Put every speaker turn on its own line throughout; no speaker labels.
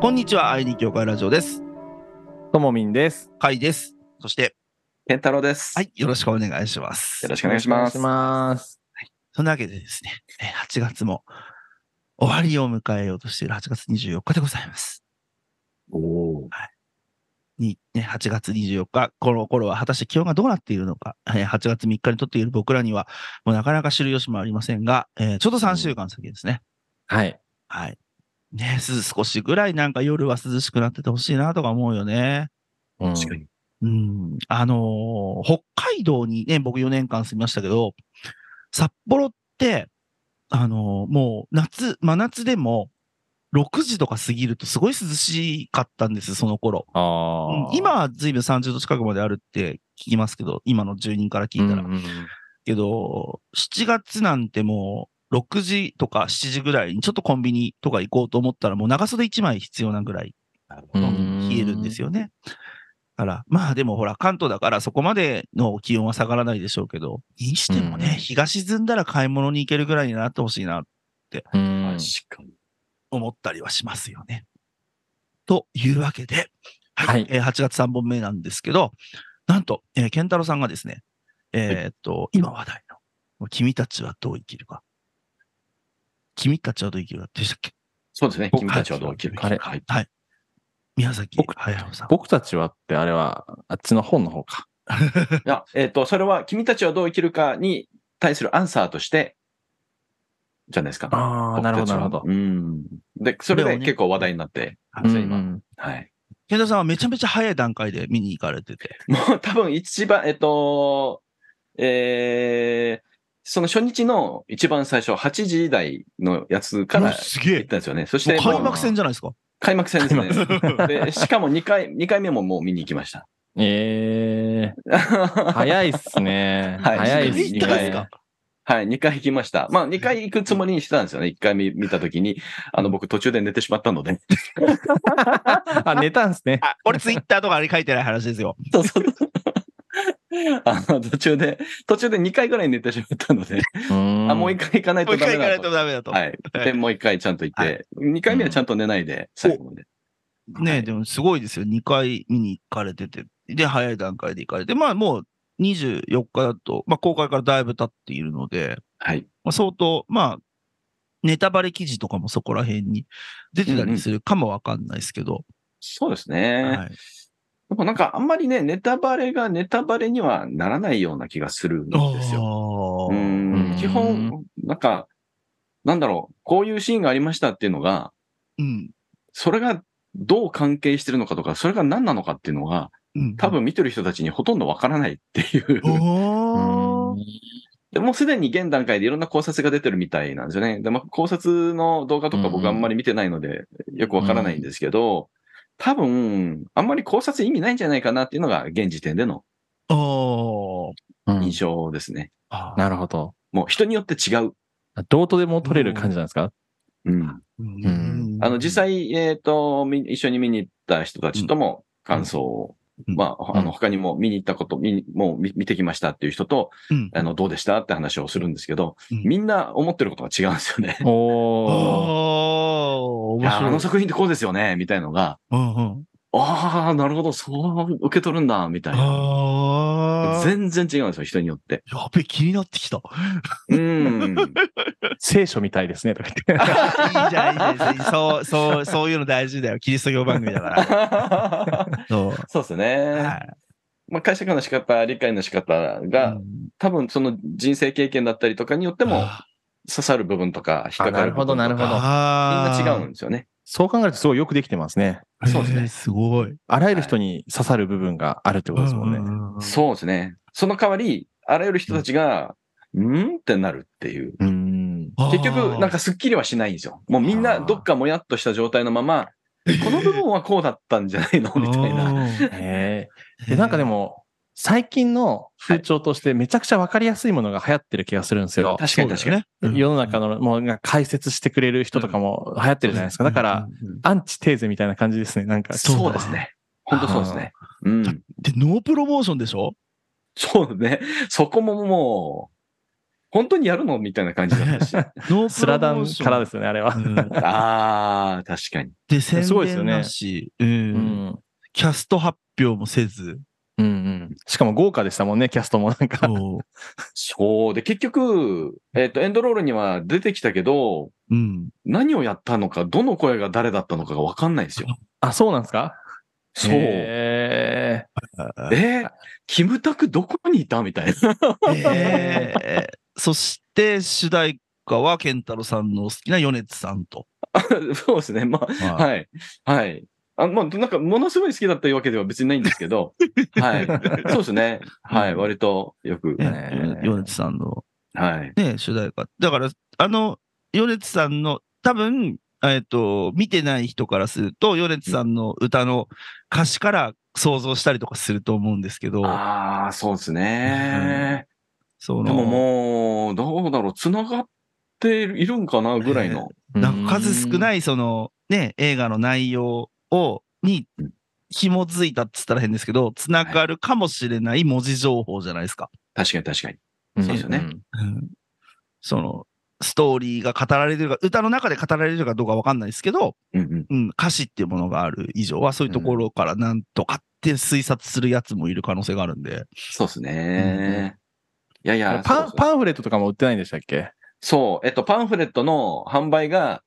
こんにちは、愛に協会ラジオです。
ともみんです。
会です。そして、
健太郎です。
はい、よろしくお願いします
よ。ろしくお願いします。
お願いします。
そんなわけでですね、えー8月も終わりを迎えようとしている8月24日でございます。
おー
にね、8月24日、この頃は果たして気温がどうなっているのか、えー8月3日にとっている僕らには、もうなかなか知る由もありませんが、えーちょうど3週間先ですね。
はい。
はい。ね、す少しぐらいなんか夜は涼しくなっててほしいなとか思うよね。
うん
確かに。
うん、あのー北海道にね、僕4年間住みましたけど、札幌って、あのーもう夏、真夏でも6時とか過ぎるとすごい涼しかったんです、その頃。
あ
う
あ、
ん、今は随分30度近くまであるって聞きますけど、今の住人から聞いたら。
うんうん
けど、7月なんてもう6時とか7時ぐらいにちょっとコンビニとか行こうと思ったらもう長袖1枚必要なぐらい
なるほ
う
ど。
ん
冷えるんですよね。だから、まあでもほら、関東だからそこまでの気温は下がらないでしょうけど、にしてもね、
うん
日が沈んだら買い物に行けるぐらいになってほしいな、
うん
確かに。
思ったりはしますよね。というわけで、はい、
はい
えー8月3本目なんですけど、なんと、えー健太郎さんがですね、えーっと、今話題の、君たちはどう生きるか。君たちはどう生きるかでしたっけ
そうですね。
僕
君たちはどう生きるか。
あれ
はい。
はい。宮崎
僕
駿さん。
僕たちはってあれは、あっちの本の方か。
いや、えっ、と、それは君たちはどう生きるかに対するアンサーとして、じゃないですか。
あ
僕たちは。うん。で、それ
これ
で
をね
結構話題になって、
あ
うん
そ
そうう
今
今
ん
はい。
健太郎さんはめちゃめちゃ早い段階で見に行かれてて。
もう多分一番、えっ、と、えー、その初日の一番最初、8時台のやつから
うわ
行
すげ
っ
え。
たんですよね。そし
もう
て、
もう
開幕戦じゃないですか。
開幕戦です ね。
で
でしかも2回、二回目ももう見に行きました。
ええ
は
早いっすね
。はい
早いっ
行
す
っ
ね。
たんですか
い、2回行きました。まあ、2回行くつもりにしてたんですよね。1回見見たときに、あの、僕途中で寝てしまったので。
あ、寝たんすね。
あ、俺ツイッターとかあれ書いてない話ですよ。
そうそうあの、途中で、途中で2回ぐらい寝てしまったので、
あ
あ、もう1回行かない
もう
と
一回
ダ
行か
メ
な
だ
いと
と。
ダメだと。
はい。で、もう1回ちゃんと行っ
は
て、2回目はちゃんと寝ないで、最後まで。
ねえ、でもすごいですよ。2回見に行かれてて。で、早い段階で行かれて。まあもう24日だと、まあ公開からだいぶ経っているので、
はい。
まあ、相当、まあ、ネタバレ記事とかもそこら辺に出てたりするかもわかんないですけど。
そうですね。
はい
でもなんかあんまりね、ネタバレがネタバレにはならないような気がするんですよ。
あー
う
う
んん
基本、なんか、なんだろう、こういうシーンがありましたっていうのが、
うん。
それがどう関係してるのかとか、それが何なのかっていうのが、
うん。
多。分見てる人たちにほとんどわからないっていう。
おー。
でもうすでに現段階でいろんな考察が出てるみたいなんですよね。でまあ、考察の動画とか
うんうん
僕あんまり見てないので、よくわからないんですけど、多分、あんまり考察意味ないんじゃないかなっていうのが現時点での
おー。
うん
印象ですね。
あー
なるほど。
もう人によって違う。
どうとでも取れる感じなんですか
うん。
うん
あの、実際、えっ、と、み一緒に見に行った人たちとも感想
うん
を、まあ、あの、他にも見に行ったこと、見にもう見見てきましたっていう人と、
うん
あの、どうでしたって話をするんですけど、
うん
みんな思ってることが違うんですよね。
おー。
おー、面
いやあ
白い
の。作品ってこうですよね、みたいのが、
うんうん、
ああ、なるほど、そう受け取るんだ、みたいな。
あー、
全然違うんですよ、人によって。
やべ、気になってきた。い
うん。
聖書みたいですね。とか 言って。
いじゃん、いいじゃんいいじゃん。そう、そう、そういうの大事だよ。キリスト教番組だ から。そう。
そうですね。
はい
まあ、解釈の仕方、理解の仕方
う
が、
ん
多分その人生経験だったりとかによっても、
あ
刺さる部分とか、引っかかる部分とか。
あなるほどなるほど
あ
みんな違
ー
うんですよね。
そう考えるとすごいよくできてますね。
そうですね
えーすごい。
あらゆる人に刺さる部分があるってことですもんね。
う。
そうですね。その代わり、あらゆる人たちが、んってなるっていう。
うん。
結局、なん
か、
かすっきりはしないんですよ。もうみん
あ
な
ー
どっかもやっとした状態のまま、この部分はこうだったんじゃないのみたいな。
な。
へえでなんかでも、最近の風潮としてめちゃくちゃ分かりやすいものが流行ってる気がするんですよ。
確かに確かに。
ね。うん
世の中のもうなんか解説してくれる人とかも流行ってるじゃないですか。だから、、
うん
アンチテーゼみたいな感じですね。なんか、
そうだ
そうですね。本当そうですね。う
だ
ん。
で、ノープロモーションでしょ
そうね。そこもも本当にやるのみたいな感じだったし。あ
ノー
ス
プロ
ラ
モ
ダ
ー
ン
ション
からですよね、あれは。
うん
あー、確かに。
で、宣
すごいですよ
伝
ね
なし、う。
うんん。
キャスト発表もせず、
うんうん。しかも豪華でしたもんね、キャストもなんか。
そ
そう。で、結局、えっ、と、エンドロールには出てきたけど、
う。うん。
何をやったのか、どの声が誰だったのかがわかんないんですよ。
あ、そうなんですか
そう。え
へ
あ
ーキムタクどこにいたみたいな。
えーそして、主題歌は健太郎さんの好きな米津さんと。
そうですね。まあ、
はい
はい。はい。あまあ、なんか、ものすごい好きだったわけでは別にないんですけど、はい。そうですね。はい。割とよく。
ね
えー
米津さんの、
はい。
ね、主題歌。だから、あの、米津さんの、多分、えっと、見てない人からすると、米津さんの歌の歌詞から想像したりとかすると思うんですけど、
ああ、そうですね。
そ
で
の、
ももう、どうだろう。繋がっているんかなぐらいの。
え。。
なんか数少ないい、その、ね、映画の内容を、に
うん、
紐づいたっつったら変ですけど、つながるかもしれない文字情報じゃないですか。
確かに確かに。
そう
ですよね
うんその、ストーリーが語られてるか、歌の中で語られてるかどうかわかんないですけど、
うんうん。
うん、歌詞っていうものがある以上は、そういうところからなんとかって推察するやつもいる可能性があるんで。
そうですね。いやい
あれ
や、
パン
そうそう
パンフレットとかも売ってないんでしたっけ
そう、えっと、パンフレットの販売が、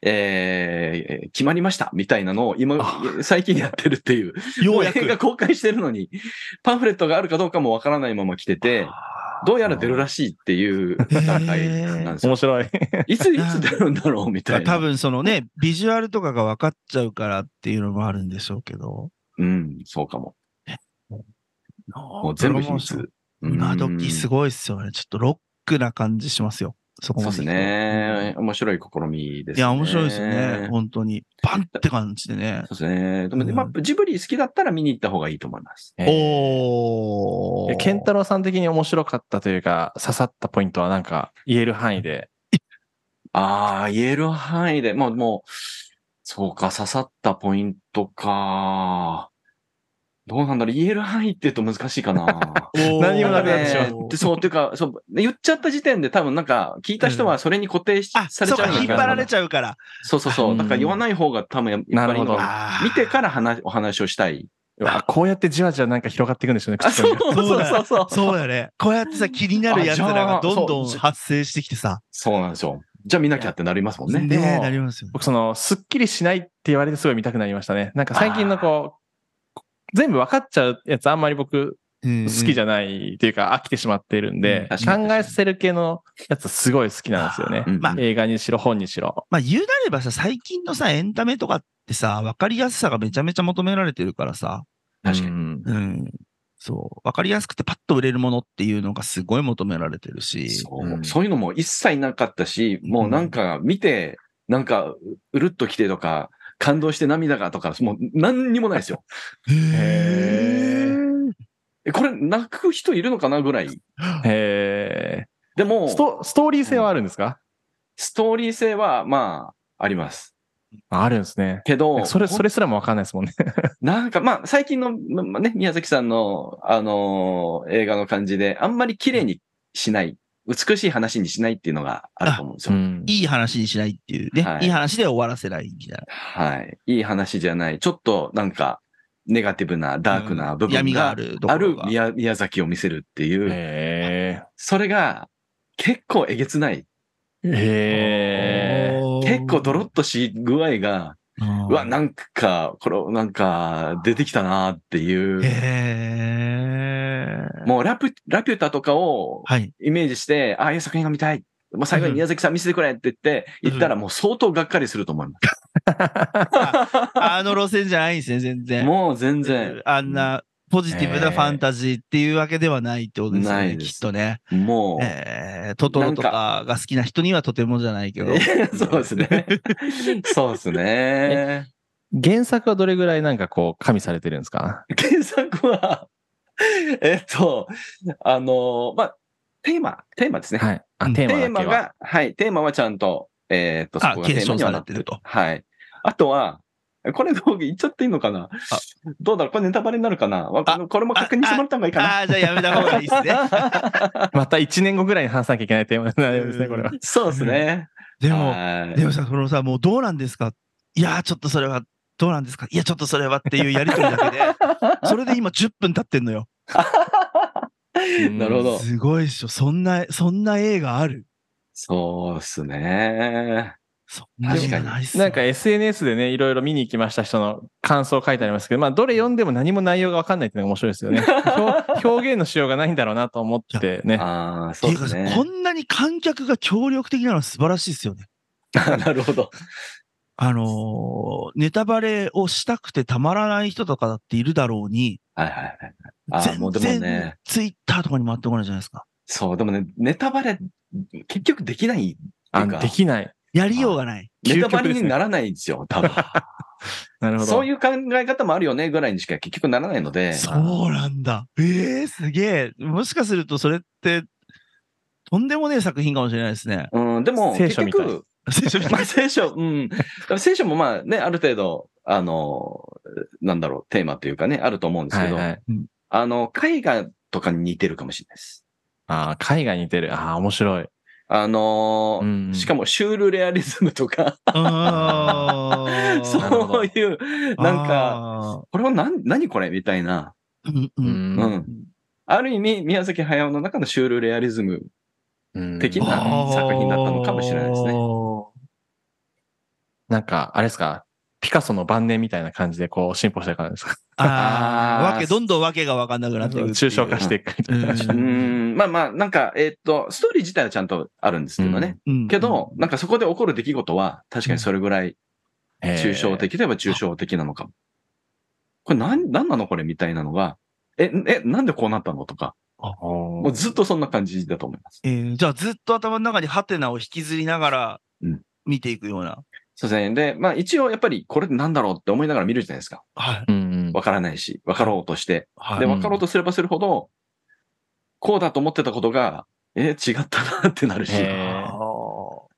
えー、決まりましたみたいなのを今
あ、
最近やってるっていう。
ようや
も映
く
画。公開してるのに、パンフレットがあるかどうかもわからないまま来てて、どうやら出るらしいっていう段階なんですよ。
面白い。
いつ、いつ出るんだろうみたいな。
多。分そのね、ビジュアルとかが分かっちゃうからっていうのもあるんでしょうけど。
うん、そうかも。も
も
う全部秘密。
今時す
ごい。
ごいっすよね。ちょっとロックな感じしますよ。そこ
そう
ま
で
で。
す。ね。面白い試みです
い
ね。
や、面白いですよね。本当に。バンって感じでね。
そうですね。でもね、
うん
まあ、ジブリ好きだったら見に行った方がいいと思います。
お
え
ー。
ケンタロウさん的に面白かったというか、刺さったポイントはなんか言える範囲で。
ああ、言える範囲で、まあもう、そうか、刺さったポイントか。どうなんだろう、言える範囲って言うと難しいかな。
おー
何もなくなってしま
ね でそう、っていうか、そう、言っちゃった時点で多分なんか、聞いた人はそれに固定し、
あ、そ
さ
う
れちゃ
か
う、
引っ張られ
ゃ
ちゃうから。
う。そうそうそうう。
ん
だから言わない方が多分やっぱり
なるほど
いいのかな
あー
見てから話、お話をしたい。
うわこうやってじわじわなんか広がっていくんですよね、
あ、
口
そ
コミ
う
が
そうそうそうそう。
そうだね。こうやってさ、気になる奴らがどんど
あ
ん
じゃあ
発生してきてさ。
そうなんですよ。じゃあ見なきゃってなりますもんね。
ね
でも
なりますよね。
僕、その、すっきりしないって言われてすごい見たくなりましたね。なんか最近のこう、全部分かっちゃうやつあんまり僕好きじ
ゃ
ゃないというか飽きてしまっているん
うん
で、
確
考
かに
えさせる系のやつすごい好きなんですよね
う。ん
まあ
映画にしろ本にしろ。
まあ言うなればさ、最近のさ、エンタメとかってさ、わかりやすさがめちゃめちゃ求められてるからさ。
確かに。
に。
うん。そう。わかりやすくてパッと売れるものっていうのがすごい求められてるし。
そう
うん
そういうのも一切なかったし、もうなんか見て、なんかうるっときてとか、感動して涙がとか、もう何にもないですよ。
へ
えこれ泣く人いるのかなぐらい。
へ
で
ー
も
ス、トストーリー性はあるんですか
ストーリー性はまあ、あります。
ああるんですね。
けど、
それ、そ
れ、
れすらも分かんないですもんね。
なんかまあ、最近の、ままね、宮崎さんの、あのー映画の感じで、あんまり綺麗にしない、美しい話にしないっていうのがあると思うんですよ。
いい話にしないっていうね、
はい
い、い話で終わらせないみたいな。
はい。いい話じゃない。ちょっとなんか、ネガティブな、ダークな部分が、
闇があるとこ
あ
ろ
る
が。
宮宮崎を見せるっていう、
へ
それが結構えげつない。
え。へえ。
結構ドロッとし具合が、うわ、なんか、これ、なんか、出てきたなって
うん
いう。
へー
もうラピュ、ラピュタとかを
はい。
イメージして、ああいう作品が見たい。もう最後に宮崎さん見せてくれって言って、
うん
言ったらもう相当がっかりすると思います。
あの路線じゃないんですね、全然。
もう全然、
あんなポジティブなファンタジーっていうわけではないってことですよ
ない
ね、
です
きっとね。
もう、
えー、トトロとかが好きな人にはとてもじゃないけど。
そうです ね。そうですね。
原作はどれぐらいなんかこう、加味されてるんですか
原作は、えっと、あの、まあ、テーマ、テーマですね。
はい。あ、
うん
テー
テ
マ
ー
だ
マ
けは。
が、はい、テーマはちゃんと、えっと、そ
あ
こ、がテ
継
ーマ
承
には
さ
な
れ
ってて
る
る。
と。
はい。あとは、これどう言っちゃっていいのかなどうだろうこれネタバレになるかなわ
あ
これも確認してもらった方がいいかな
ああ、じゃあやめた方がいい ですね。
また1年後ぐらいに話さなきゃいけないテーマ内容ですね、これは。
そうですね。
でも、
はい
でもさ、そのさ、もうどうなんですかいやー、ちょっとそれは、どうなんですかいや、ちょっとそれはっていうやりとりだけ で、それで今10分経ってんのよ。
なるほど。
すごいっしょ。そんな、そんな映画ある
そうですね。
そんな映画ないっすよ
なんか SNS でね、いろいろ見に行きました人の感想書いてありますけど、まあ、どれ読んでも何も内容がわかんないっていうのが面白いです よね。表表現のしようがないんだろうなと思ってね。
ああ、
って
そう
い
で
うか
す
さ、
ね。
こんなに観客が協力的なのは素晴らしいですよね。
なるほど。
あのーネタバレをしたくてたまらない人とかだっているだろうに、
はいはいはい。あーも
全
うでもね
然ツイッターとかに回ってこないじゃないですか。
そう、でもね、ネタバレ、結局できないってい
あ
うか、
できない。
やりようがない。
ネタバレにならないんですよ、多分。
なるほど。
そういう考え方もあるよね、ぐらいにしか結局ならないので。
そうなんだ。ええすげえ。もしかするとそれって、とんでもねえ作品かもしれないです ね。
うん、でも、
聖書
結
みたい
局、
聖書みたい
まあ、聖書、 うん。でも聖書もまあね、ある程度、あの、なんだろう、テーマというかね、あると思うんです
は
け
い
ど、
はい。
あの、絵画とかに似てるかもしれないです。
ああ、海外に似てる。ああ、面白い。
あの
う
ー
んうん
しかもシュールレアリズムとか、
な。う
そ
なるほど
ういう、なんか、
か、
これは何、何これみたいな。
うんう。
うん。
うんん。ある意味、宮崎駿の中のシュールレアリズム。
うん
的な
あー
作品だったのかもしれないですね。
なんか、あれですか、ピカソの晩年みたいな感じでこう進歩していく感じですか。
あ
あ
あ、
ー
わけ、どんどんわけがわかんなくなってくるっていう。
抽象化していくみたいな。
う
うん
ん、まあまあ、なんか、えーっと、ストーリー自体はちゃんとあるんですけどね。
うん
けど、なんかそこで起こる出来事は、確かにそれぐらい抽象的では抽象的なのかも。これ何、何なのこれみたいなのが、え、え、なんでこうなったのとか、
えー。も
もうずっとそんな感じだと思います。
えーじゃあずっと頭の中にハテナを引きずりながら
うん
見ていくような。
そうですね。で、まあ一応やっぱりこれって何だろうって思いながら見るじゃないですか。
はい。
うんうん
わからないし、わかろうとして。
はい
で、
も
わかろうとすればするほど、こうだと思ってたことが、え、違ったなってなるし、
へー
あー
も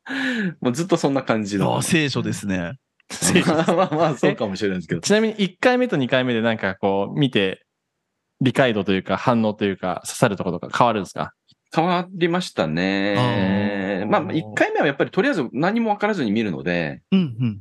うずっとそんな感じ
あ
の
ー。聖書ですね。
まあまあまあ、そうかもしれないですけど。
ちなみに1回目と2回目でなんかこう見て、理解度というか反応というか刺さるところとか変わるんですか
変わりましたね
あ。ー
まあ、1回目はやっぱりとりあえず何も分からずに見るので、
うん、うん、うん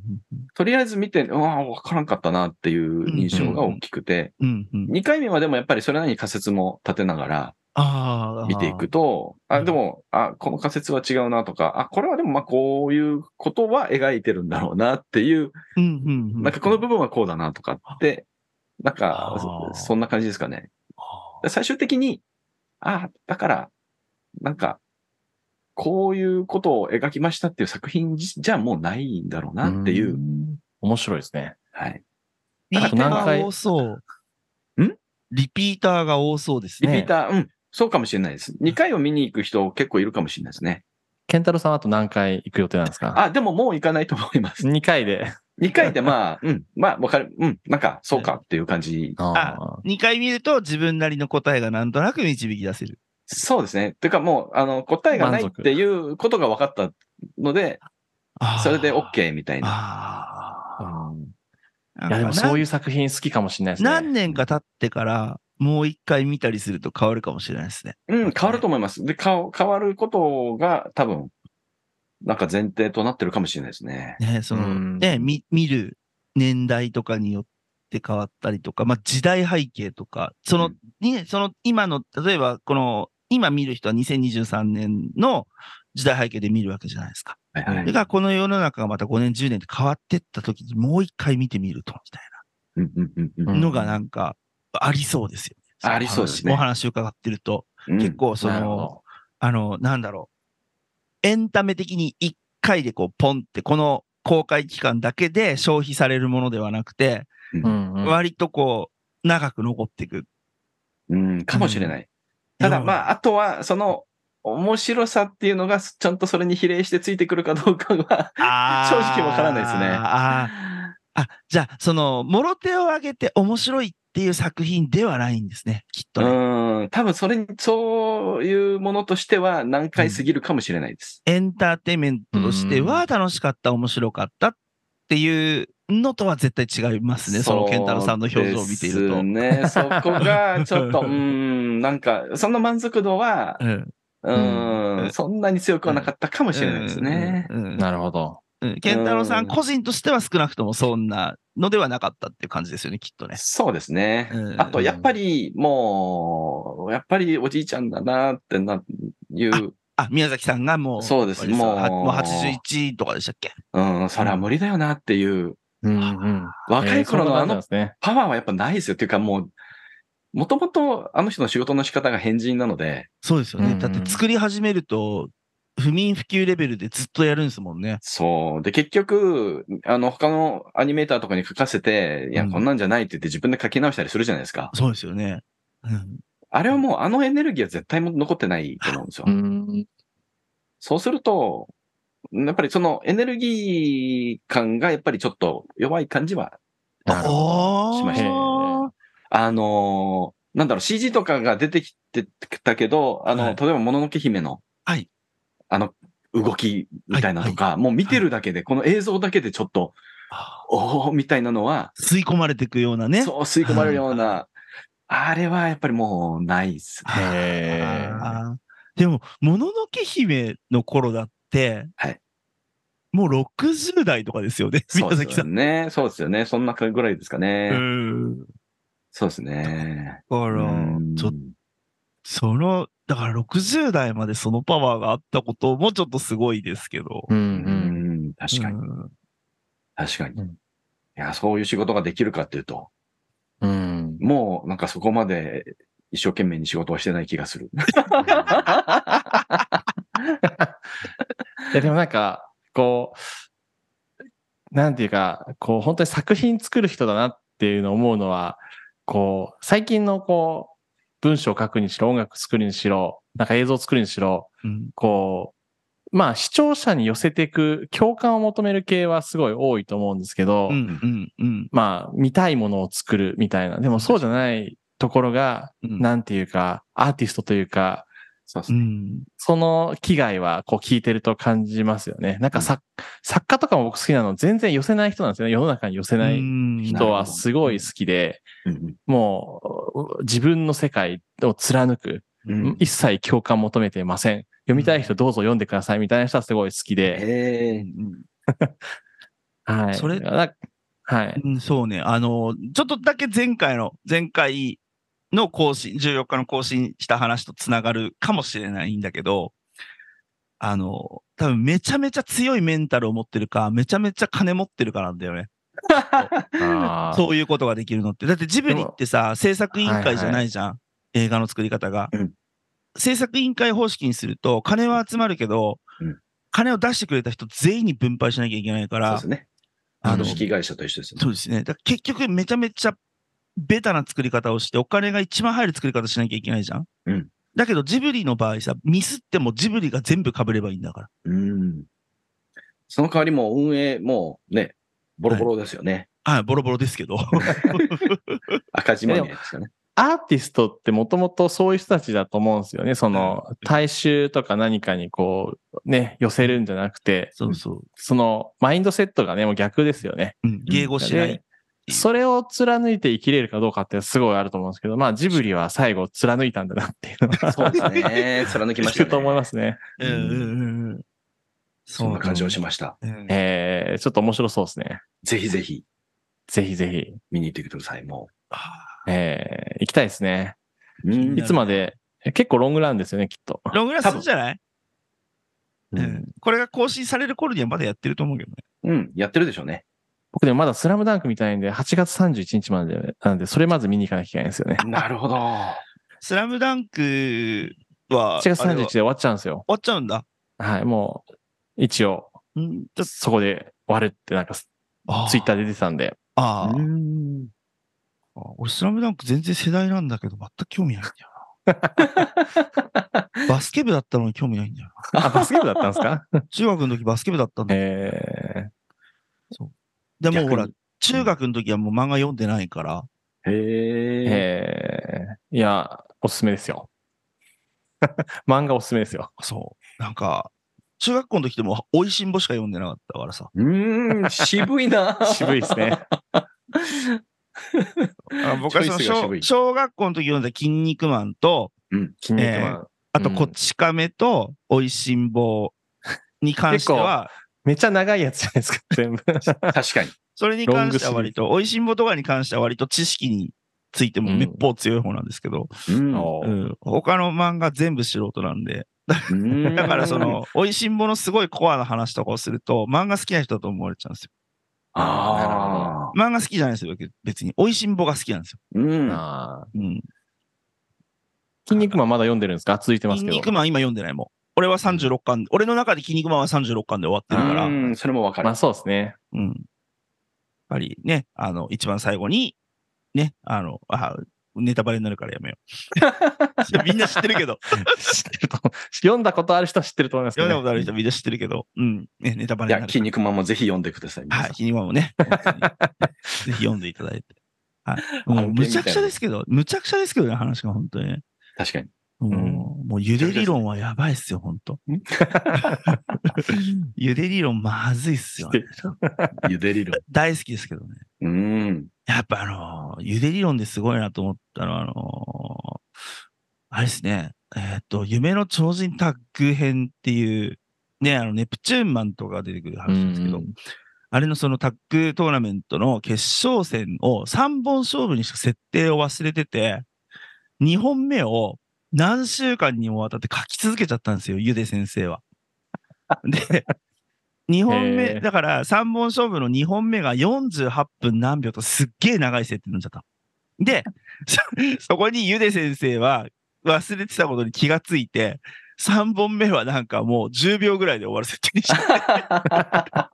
とりあえず見て、うわあ、分からんかったなっていう印象が大きくて、
うん、うん。
2回目はでもやっぱりそれなりに仮説も立てながら
ああ。
見ていくと、あ、
うん
でも、あ、この仮説は違うなとか、あ、これはでもまあこういうことは描いてるんだろうなっていう、
うん。うん、うん。
なんかこの部分はこうだなとかって、なんか
あー
そそんな感じですかね。
あ
で最終的に、ああ、だから、なんか、こういうことを描きましたっていう作品じじゃもうないんだろうなっていう。
ん面白いですね。
はい。
ー。リピータ
何
ー
回
が多そう。
ん
リピーターが多そうです
リピ
ね。
ーター、うん、そうかもしれないです。2回を見に行く人結構いるかもしれないですね。
健太郎さんはあと何回行く予定なんですか
あ、でももう行かないと思います。
?2 回で。
2回でまあ、うん、まあ、わかる、うん、なんか、そうかっていう感じ。
あ
2回見ると自分なりの答えがなんとなく導き出せる。
そうですね。というかもう、あの、答えがない
満
っ
足
ていうことが分かったので、
あー
それで OK みたいな。
あ
ーうん
あ。
いやでもそういうう作品好きかもしれないですね。
何年か経ってから、もう一回見たりすると変わるかもしれないですね。
うん、変わると思います。で、変わ変わることが多分、なんか前提となってるかもしれないですね。
ね、その、
うん
ね、見、見る年代とかによって変わったりとか、まあ時代背景とか、その、
うん
ね、その今の、例えばこの、今見る人は2023年の時代背景で見るわけじゃないですか。
はいは
そ
い
れがこの世の中がまた5年、10年って変わってった時にもう一回見てみると、みたい
うんうんうんう
う
ん
なんのがなんか、ありそうですよね。
ありそうですね
お話伺ってると、
うん
結構そ
なるほ
の、
ど
あの、なんだろう。エンタメ的に一回でこう、ポンって、この公開期間だけで消費されるものではなくて、
うんうん
割とこう、長く残っていく。
うん、かもしれない。ただ、まあ、あとは、その、面白さっていうのが、ちゃんとそれに比例してついてくるかどうかが、
あ
正直わからないですね
あーあ、じゃあ、その、もろ手を挙げて面白いっていう作品ではないんですね、きっとね。
うん、多分それに、そういうものとしては、難解すぎるかもしれないです。
エンターテインメントとして
う
は
ん
楽しかった、面白かったっていうのとは絶対違いますね。その健太郎さんの表情を見ていると。
そうですね。そこが、ちょっと、うーん、なんか、その満足 度は、
うん
うー、
うんん
そんなに強くはなかったかもしれないですね。
うんうん
なるほど。
うん健太郎さ
うん
ん個人としては少なくともそんなのではなかったっていう感じですよね、きっとね。
そうですね
う。ん
あと、やっぱり、もう、やっぱりおじいちゃんだな、ってな、いう、
あ、宮崎さんがもう、
そうです
あれよ
もう
はもう81とかでしたっけ
うん、それは無理だよなっていう、
うんうん。
若い頃のあ
えーそういうことなん
の
ですね。
パワーはやっぱないですよ。っていうか、もう、もともとあの人の仕事の仕方が変人なので、
そうですよ
う
ね。
ん
だって作り始めると、不眠不休レベルでずっとやるんですもんね。
そう。で、結局、あの、他のアニメーターとかに書かせて、いや、
うん
こんなんじゃないって言って自分で書き直したりするじゃないですか。
そうですよね。うん
あれはもう、あのエネルギーは絶対も残ってないと思うんですよ。
うん。
そうすると、やっぱりそのエネルギー感がやっぱりちょっと弱い感じは、
なるほど
おー
しました
ね
あのーなんだろう、CG とかが出てきてたけど、あの、
はい
例えばもののけ姫の、
はい
あの、動きみたいなとか、もう見てるだけで、この映像だけでちょっと、
あ
おおみたいなのは、
吸い込まれていくようなね。
そう吸い込まれるような、あれはやっぱりもうないっすね。
へー
あーでも、もののけ姫の頃だって、
はい
もう60代とかですよね、
そう
宮
で
崎
す
さ
よ
ん。
ね。そうですよね。そんなぐらいですかね。
うん。だ
そうですね。
か
う
ら、
ん
ちょっと、その、だから60代までそのパワーがあったこともちょっとすごいですけど。
うんう。
うんん、確かに、
うん
確かに。
うん
いや、そういう仕事ができるかっていうと、
うん。
もうなんかそこまで一生懸命に仕事をしてない気がする。
いや、でもなんか、こう、なんていうか、こう、本当に作品作る人だなっていうのを思うのは、こう、最近のこう、文章を書くにしろ、音楽作るにしろ、なんか映像作るにしろ、
うん
こう、まあ視聴者に寄せていく共感を求める系はすごい多いと思うんですけど、
うんうん
まあ見たいものを作るみたいな。でもそうじゃないところが、
うん
なんていうか、アーティストというか、
そうです
う
ね。
ん
その危害はこう聞いてると感じますよね。なんか作,、作家とかも僕好きなの全然寄せない人なんですよね。世の中に寄せな
う
い
ん
人はすごい好きで、
うん
もう自分の世界を貫く。
うんうん
一切共感求めてません。読みたい人どうぞ読んでくださいみたいな人はすごい好きで。
へえ。
はい。
それ
な はい。
うんそうね。あの、ちょっとだけ前回の、前回の更新、14日の更新した話とつながるかもしれないんだけど、あの、多分めちゃめちゃ強いメンタルを持ってるか、めちゃめちゃ金持ってるかなんだよね。
あ
そういうことができるのって。だってジブリってさ、制作委員会じゃないじゃん。映画の作り方が、
うん
制作委員会方式にすると、金は集まるけど、
うん
金を出してくれた人全員に分配しなきゃいけないか
そうで
ら
す、ね。
あの、
株式会社と一緒ですね。
そうですね。だから結局めちゃめちゃベタな作り方をして、お金が一番入る作り方しなきゃいけないじゃん。
うん
だけどジブリの場合さ、ミスってもジブリが全部かぶればいいんだから。
うん。その代わりもう運営、もうね、ボロボロですよね。
あボロボロですけ ど。
赤字マニアですよね。
アーティストってもともとそういう人たちだと思うんですよね。その、大衆とか何かにこう、ね、寄せるんじゃなくて、
そうそう。
その、マインドセットがね、もう逆ですよね。
うん、迎合しない
で。それを貫いて生きれるかどうかってすごいあると思うんですけど、まあ、ジブリは最後貫いたんだなっていうのは、
そうですね。貫きまし
聞
た
くと思い
ね。
ますね。
うんうんうんうん。
そんな感じをし
ま
ました。
す。うん
えー、ちょっと面白そうですね。
ぜひぜひ
ぜひぜひ。
見に行ってください。も
えー、行きたいですね。
う。うん
いつまで、結構ロングランですよね、きっと。
ロングランするんじゃない、
う
うんん、これが更新される頃にはまだやってると思うけどね。
うん、やってるでしょうね。
僕でもまだスラムダンク見たいんで、8月31日までなんで、それまず見に行かなきゃいけないんですよね。
なるほど。
スラムダンクは、
8月
あれは
31日で
終
終わっちゃうんですよ。
わっちゃうんだ。
はい、もう、一応、
うん、ちょっと
そこで終わるってなんか、ツ
あ
イッターで出てたんで。
あー
うん
あ俺、スラムダンク全然世代なんだけど、全く興味ないんだよな。バスケ部だったのに興味ないんだよ
あ、バスケ部だったんですか
な。中学の時バスケ部だったんだよ。
え
でもうほ
逆
ら
に、
中学の時はもう漫画読んでないから、
ー、
へえ。
えー、い や、おすすめですよ。漫画おすすめですよ。。
そう。なんか、中学校の時でも、おいしんぼしか読んでなかったからさ。
うーん、 渋いな
渋いですね。
あ僕はその
チョイスが渋
小
い
小学校の時読んだ筋肉マンと、
筋肉マン。
あと
うん
こち亀と、おいしんぼに関しては、
めっちゃ長いやつじゃないですか、 全部。
確かに。
それに関しては割と、おいしんぼとかに関しては割と知識についても
うん
めっぽう強い方なんですけど、
うん
うん他の漫画全部素人なんで、
うん
だからそ、の、おいしんぼのすごいコアな話とかをすると、漫画好きな人だと思われちゃうんですよ。
ああ。
漫画好きじゃないですよ、別に。おいしんぼが好きなんですよ。
うん。
あー
うん。
筋肉マンまだ読んでるんですか続いてます
筋
けど。
肉マン今読んでないもん。俺は36巻、俺の中で筋肉マンは36巻で終わってるから、
う
うん。
ん、それもわかる
まあ。そうですね。
やっぱりね、あの、一番最後に、ね、あの、あネタバレになるからやめよ う。みんな知ってるけど、
知ってると思う読んだことある人は知ってると思いますけ
読
ど、
んだことある
ね。
人みんな知ってるけど、うん、ね、ネタバ
い
レに
や、
なる
筋
から。
肉マンもぜひ読んでください。皆さん
はい、筋肉マンもね、本当にぜひ読んでいただいて。はい。もうむちゃくちゃですけど、むちゃくちゃですけどね、話が本当にね。
確かに。
もう、
うん
もうゆで理論はやばいっすよ、ほん と。ゆで理論まずいっすよ、ね。
ゆで理論。
大好きですけどね。
うん。
やっぱあのーゆで理論ですごいなと思ったのは、あのーあれですね、えーっと、夢の超人タッグ編っていう、ね、あの、ネプチューンマンとか出てくる話なんですけど、
うんうん
あれのそのタッグトーナメントの決勝戦を3本勝負にした設定を忘れてて、2本目を何週間にもわたって書き続けちゃったんですよ、ゆで先生 は。で、2本
へ
目、
ー
だから3本勝負の2本目が48分何秒とすっげえ長い設定になっちゃった。で、そそこにゆで先生は忘れてたことに気がついて、3本目はなんかもう10秒ぐらいで終わる設定にした。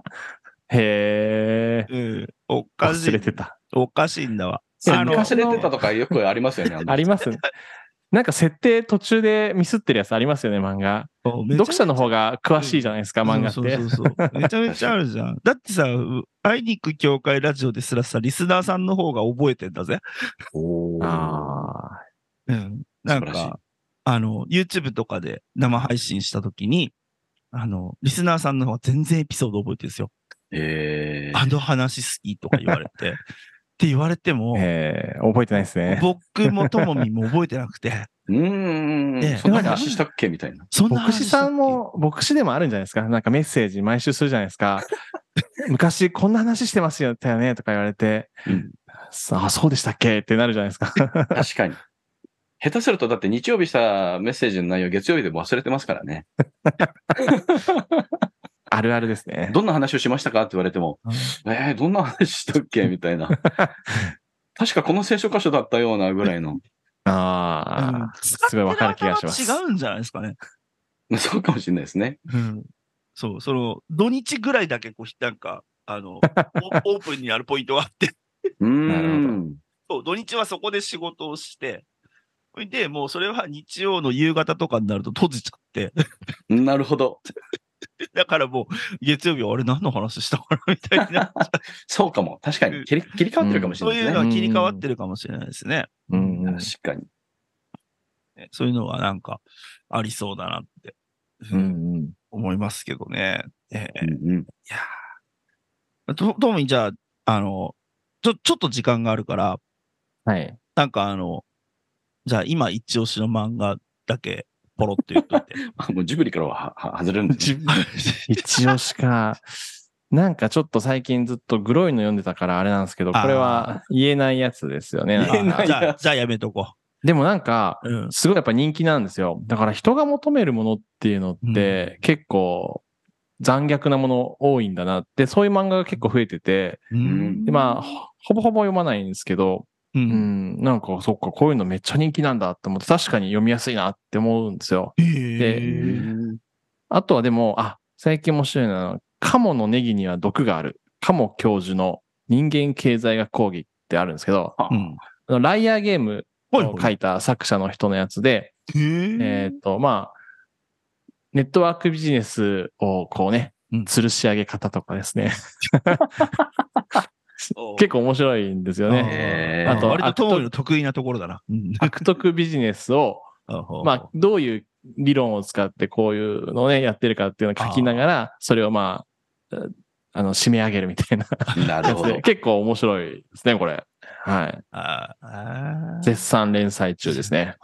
へえ。
うん、おかし
忘
い
れ。てた。
おかしいんだわ。
あ
あ
の、
の
昔出てたとかよくありますよね。の
ありますなんか設定途中でミスってるやつありますよね、漫画。読者の方が詳しいじゃないですか、漫画って。
そうそうそうそう。めちゃめちゃあるじゃ ん。だってさ、う会いに行く教会ラジオですらさ、リスナーさんの方が覚えてんだぜ。
おー
あ
うん。なん
素晴らしい
か、あの、YouTube とかで生配信したときに、あの、リスナーさんの方が全然エピソード覚えてるんですよ。
えー
あの話好きとか言われ て。って言われても
あ。、へえ、覚えてないですね。
僕もともみも覚えてなくて、
うーん。
ね
そんな話したっけみた いな。
そんな
牧
話
師
したっ
さ
け
ん、も、牧師でもあるんじゃないですか。なんかメッセージ毎週するじゃないですか。 昔こんな話してますよったよねとか言われて、
うん
さあ、そうでしたっけってなるじゃないですか。
確かに。下手すると、だって日曜日したメッセージの内容、月曜日でも忘れてますからね。
あるあるですね。
どんな話をしましたかって言われても、
うん
えー、どんな話したっけ みたいな。確かこの聖書箇所だったようなぐらい の。
ああ、
うん
すごいわかる気がしま
使
す。
ってる頭違うんじゃないですかね。
そうかもしれないですね。
うんそう、その、土日ぐらいだけ、こう、なんか、あの、オオープンになるポイントがあって、
うーん。
なる
そう、土日はそこで仕事をして、ほいで、もうそれは日曜の夕方とかになると閉じちゃって、
なるほど。
だからもう、月曜日はあれ何の話したかなみたい な、
そうかも。確かに。切り切り替わってるかもしれ
そう
ない
い
で
う
す
の
ね。
は切り替わってるかもしれないですね。
うんうん
確かに。
ねそういうのはなんか、ありそうだなって
うんうん
思いますけどね。ええ
うんうん
いやーと、ともにじゃあ、あの、ちょ、ちょっと時間があるから、
はい。
なんかあの、じゃあ今一押しの漫画だけポロっと言っ といて。
あもうジブリからははは外れるんですね、
一応しか、なんかちょっと最近ずっとグロいの読んでたからあれなんですけど、これは言えないやつですよね。なんか
言えな い
じゃあ、じゃあやめとこ
でもなんか、
う。うん。
すごいやっぱ人気なんですよ。だから人が求めるものっていうのって結構残虐なもの多いんだなって、そういう漫画が結構増えてて、
うん
でまあ、ほほぼほぼ読まないんですけど、
う。
うんん、なんかそっか、こういうのめっちゃ人気なんだって思って、確かに読みやすいなって思うんですよ。
へ
う
え
で
ん
あとはでも、あ、最近面白いな。カモのネギには毒がある。カモ教授の人間経済学講義ってあるんですけど、
あ
うん。
あのライアーゲーム
ほい
を
ほ
書
い。
いた作者の人のやつで、
へ
え
え
っ、と、まあ、ネットワークビジネスをこうね
うん、
吊るし上げ方とかですね。結構面白いんですよね。
へ
あ
ー
と、割と
あと
トモリの得意なところだな。うん。
悪徳ビジネスを、まあ、どういう理論を使ってこういうのをね、やってるかっていうのを書きながら、それをまあ、えあの、締め上げるみたいな
な
や
る
つ
ほ
で、
ど。
結構面白いですね、これ。はい。
ああ
絶賛連載中ですね。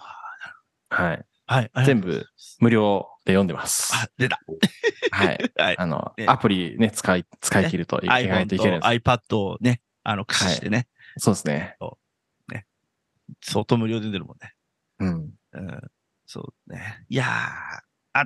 は
はい。
い。ありがとうございます
全部無料で読んでます。
あ、出た。
はい。
はい。
あの
ね、
アプリね、使い、使い切るといけないと
iPhone
い
と
けないで
iPad をね、あの、駆使してね、
す。そうですね。
相当無料で出るもんね。
うん。
うん。そうね。いやー、あ、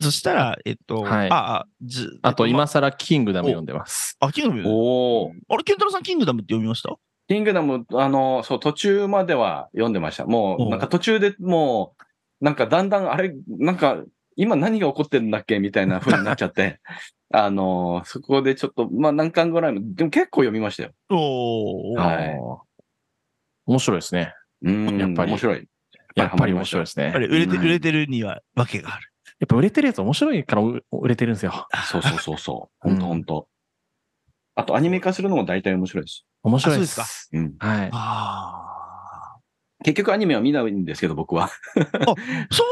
そしたら、えっと、
はい
あ、あ、ず
あと、、
えっ
今更キングダム読んでます。
まあ、キングダム読んだ
おお。
あれ、ケンタロウさん、キングダムって読みました
キングダム、あの、そう、途中までは読んでました。も
おう
う、なんか途中でもう、なんかだんだん、あれ、なんか、今何が起こってるんだっけみたいな風になっちゃって、 あの、そこでちょっと、まあ何巻ぐらいも、でも結構読みましたよ。
おー。
はい
面白いですね。
うん、
やっぱり
面白い。
やっぱり面白いですね
やっぱ。り売れて、
うん
売れてるには訳がある。
やっぱ売れてるやつ面白いからう売れてるんですよ。
そうそうそうそう。
う
ほ
ん
んとほんと。あと、アニメ化するのも大体面白いです。
面白いで
あ
す。
うん。
はい。
あ
結局アニメは見ないんですけど、僕は。
あ。そういえば、ケンタロウさ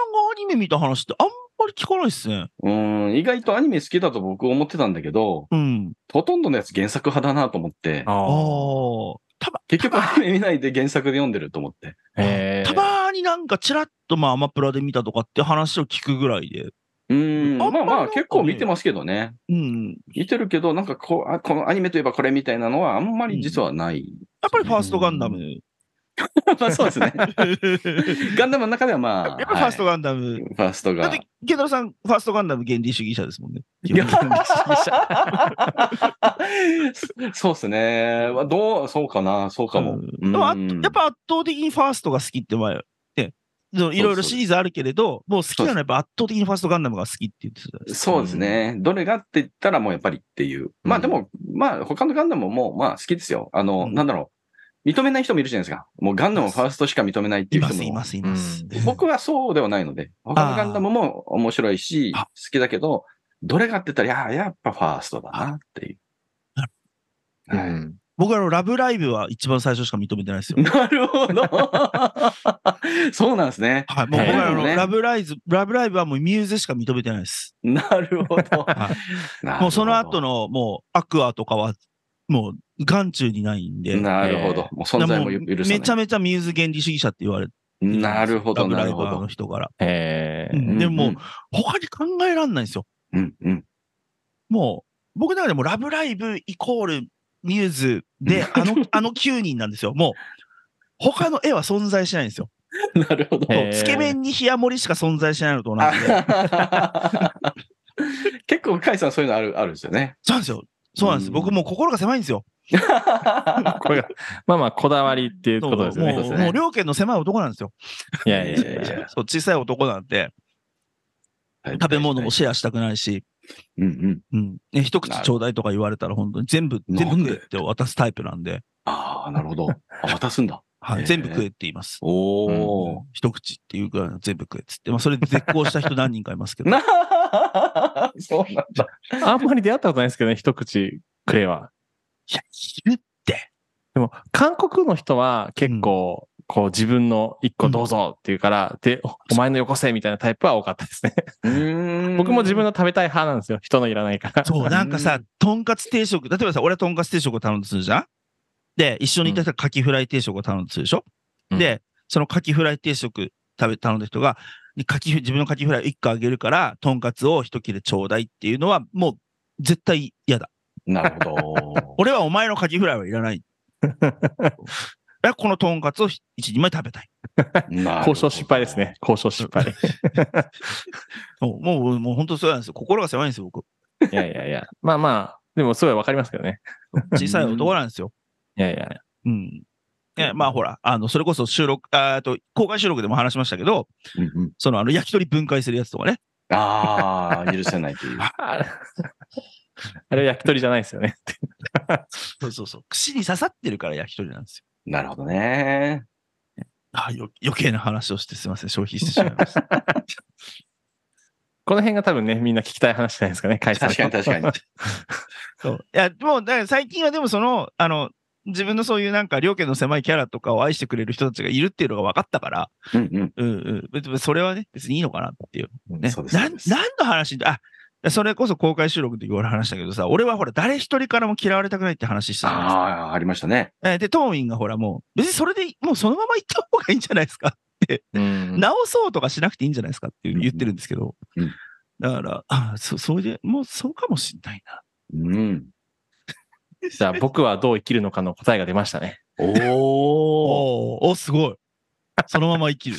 んがアニメ見た話ってあんまり聞かないっすね。
うん、意外とアニメ好きだと僕思ってたんだけど、
うん。
ほとんどのやつ原作派だなと思って、
ああ
あ。
たば、
結局アニメ見ないで原作で読んでると思って。
え
た
ー、
まーになんかちらっとまあアマプラで見たとかって話を聞くぐらいで。
うーん、
あ
ま
んま
あま
なん
あ
かね
結構見てますけどね。
うん。
見てるけど、なんかこう、あこのアニメといえばこれみたいなのはあんまり実 はない。
やっぱりファーストガンダム。
まあそうですね。 ガンダムの中ではまあ。
やっぱりファースト
が。
ガンダム。
ファースト
だっ
が
て。、ケンタロウさん、ファーストガンダム原理主義者ですもんね。
いや
原理主義者。
そうですね。まあどう、そうかな、そうかも。
でもあ
うん
やっぱ圧倒的にファーストが好きって前、ね、いろいろシリーズあるけれど、もう好きなのはやっぱ圧倒的にファーストガンダムが好きって言ってたじゃないですか。
そうですね。どれがって言ったらもうやっぱりっていう。まあでも、まあ他のガンダムももうまあ好きですよ。あの、
うん
なんだろう。認めない人もいるじゃないですか。もうガンダムをファーストしか認めないって
い
いう
ま
人
す、い
も
ます、います。
僕はそうではないので、他のガンダムも面白いし、
あ
好きだけど、どれがって言ったら、いや、やっぱファーストだなっていう。
な
はい
うん
僕はあの、ラブライブは一番最初しか認めてないです よ。
なるほど。 そうなんですね。
はい、もう僕はあの、
ね
ラブライズ、ラブライブはもうミューズしか認めてないです。
な るほど。
もうその後の、もう、アクアとかは、もう、眼中にないんで。
なるほ
え
ど。もう存在
だか
も
らう
許さない。
めちゃめちゃミューズ原理主義者って言われてるんですよ
なるほ
ラ
ど、
ブ
な
ライ
る
バ
ほ
ーの
ど。
人から。
え
う
ー
んでも
うん
他に考えらんないんですよ。
うんうん。
もう、僕の中でもラブライブイコールミューズ で、あの、あの9人なんですよ。もう、他の絵は存在しないんですよ。
なるほど。
へ
そう
ー
つけ麺に冷や盛りしか存在しないのと同じで。
あ 結構、カイさんそういうのある、あるんです よね。
そうなんですよ。そうなんです。
うん
僕もう心が狭いんですよ。
これが、まあまあ、こだわりっていう
そ
こ
う
とですよ
もう、
ね。
もう両家の狭い男なんですよ。
いやいやいやいや。
そう、小さい男なんて、食べ物もシェアしたくないし、
うん
う
うん。
ん。ね、一口ちょうだいとか言われたら本当に全部、全部
なん
食
で
えって渡すタイプなんで、
ああ、なるほど。あ渡すんだ。
は
へ
い。
ー
全部食えって言います。
おお。
一口っていうぐらいの全部食えっつって、まあそれで絶好した人何人かいます けど。
なそうなんだ。
あんまり出会ったことないですけどね、一口くれは。
いや、いるって。
でも、韓国の人は結構、こう自分の一個どうぞっていうから、で、おお前のよこせみたいなタイプは多かったですね。僕も自分
の。
の食べたい派なんですよ。人のいらない から。
そう、なんかさ
う、
とんかつ定食、例えばさ、俺はとんかつ定食を頼んでするじゃんで、一緒にいた人はカキフライ定食を頼んでするでしょ、
うん
で、そのカキフライ定食食べ、頼んだ人が、カキフ自分のカキフライを1個あげるから、とんかつを一切れちょうだいっていうのは、もう絶対嫌だ。
なるほど。
俺はお前のカキフライはいらない。俺はこのとんかつを一人前食べたい。
なるほど
交渉失敗ですね。。交渉失敗。
もう、もう、もう本当そうなんですよ。心が狭いんですよ、僕。
いやいやいや。まあまあ、でもすごいわかりますけどね。
小さい男なんですよ。
いやいや。
うん。え、まあほら、あの、それこそ収録、ああと、公開収録でも話しましたけど、
うんうん
その、あの、焼き鳥分解するやつとかね。
ああ、許せないという。
あれあれは焼き鳥じゃないですよね。
そうそうそう。串に刺さってるから焼き鳥なんですよ。
なるほどね。
あよ余計な話をしてすいません、消費してしまいま した。
この辺が多分ね、みんな聞きたい話じゃないですかね、会社
確かに確かに。
そういや、もう、だから最近はでもその、あの、自分のそういうなんか、両家の狭いキャラとかを愛してくれる人たちがいるっていうのが分かったから、
うん
うんうん別に。それはね、別にいいのかなっていう。
うん
ね。
そうです
な
そ
ん
うです
何の話あ、それこそ公開収録の時俺話したけどさ、俺はほら、誰一人からも嫌われたくないって話したじゃないですか。
ああ、ありましたね。
えーで、当院がほら、もう、別にそれでもうそのまま行った方がいいんじゃないですか。
うん
直そうとかしなくていいんじゃないですかっていう言ってるんですけど。
うん
だから、あそ、それでもうそうかもしんないな。
うん。
じゃあ僕はどう生きるのかの答えが出ましたね。
おお。
おーお、すごい。そのまま生 きる。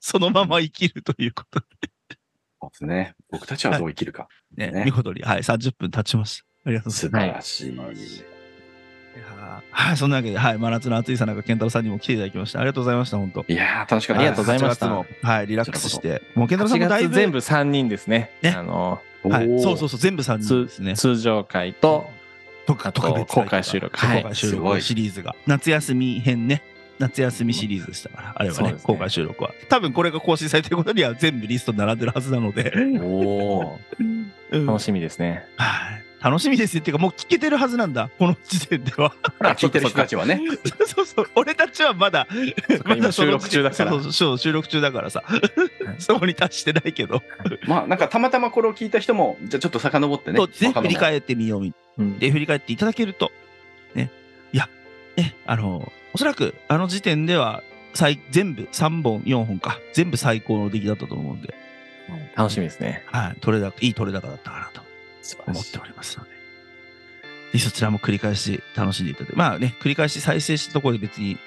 そのまま生きるということ
そうですね。僕たちはどう生きるか。
でね。
ね
見事に、はい、30分経ちました。ありがとうござい
素晴らしい。
ます。はい、そんなわけで、はい、真夏の暑いさなか健太郎さんにも来ていただきました。ありがとうございました、本当
いやー、楽しか
あ
った
りが
です
とうございました
8月もはい、リラックスして。もう健太郎さ
8
んもだい
月
ぶ。
全部3人ですね。
ね
あの、
はい
お、ー
そうそうそう、全部3人ですね。
通常会と、
と
あ
か
と
特別会とか
公開収録
そう
はい
公開収
す
録
ごい
シリーズが。夏休み編ね。夏休みシリーズでしたから、あれは
そう
ね、
ですね
公開収録は。多分これが更新されてることには全部リスト並んでるはずなので。
おお。
うん
楽しみですね。
はい楽しみですよ。っていうか、もう聞けてるはずなんだ。この時点では。
あ聞いてる人たちはね。
そうそう。俺たちはまだ、ま
今
だそ
収
の
録
時点
中だから
そう。そうそう、収録中だからさ。 そこに達してないけど。
まあ、なんかたまたまこれを聞いた人も、じゃあちょっと遡ってね。
そうぜひ
他
振
のも
り返ってみようみ
うん
で振り返っていただけると、ね、いや、ね、あの、おそらくあの時点では、最全部3本、4本か、全部最高の出来だったと思うんで、
楽しみで すね。
はい、取れだいい取れ高だったかなと
素晴ら
思っ
しい
ておりますので、ぜひそちらも繰り返し楽しんでいただいて、まあね、繰り返し再生したところで別に、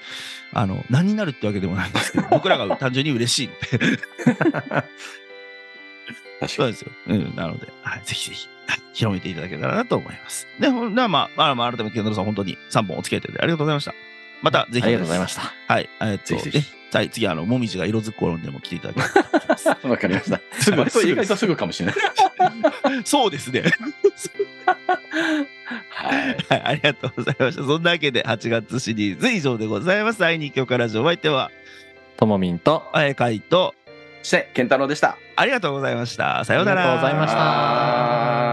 あの、何になるってわけでもないんですけど、僕らが単純に嬉しいので、
確
そう
かに。
ですよ。うん、なので、はい、ぜひぜひ、 はい広めていただけたらなと思います。で、ほんではまあ、まあ、まあ、改めて、ケンドロさん、本当に3本お付き合いいただいてありがとうございました。また、ぜひ。
ありがとうございました。
た。はい、えーっと、
ぜひぜひ
ねはい、次、あの、もみじが色づく頃にでも来ていただけたらと思います。
わかりました。
すぐ
割と
すぐ
意外とすぐか もしれない。
そうですね。
はい。
はい、ありがとうございました。そんなわけで、8月シリーズ以上でございます。第2曲ラジオ、お相手は、
ともみんと、
あやかいと、
そして、健太郎でした。
ありがとうございました。さようなら。
ありがとうございました
はーい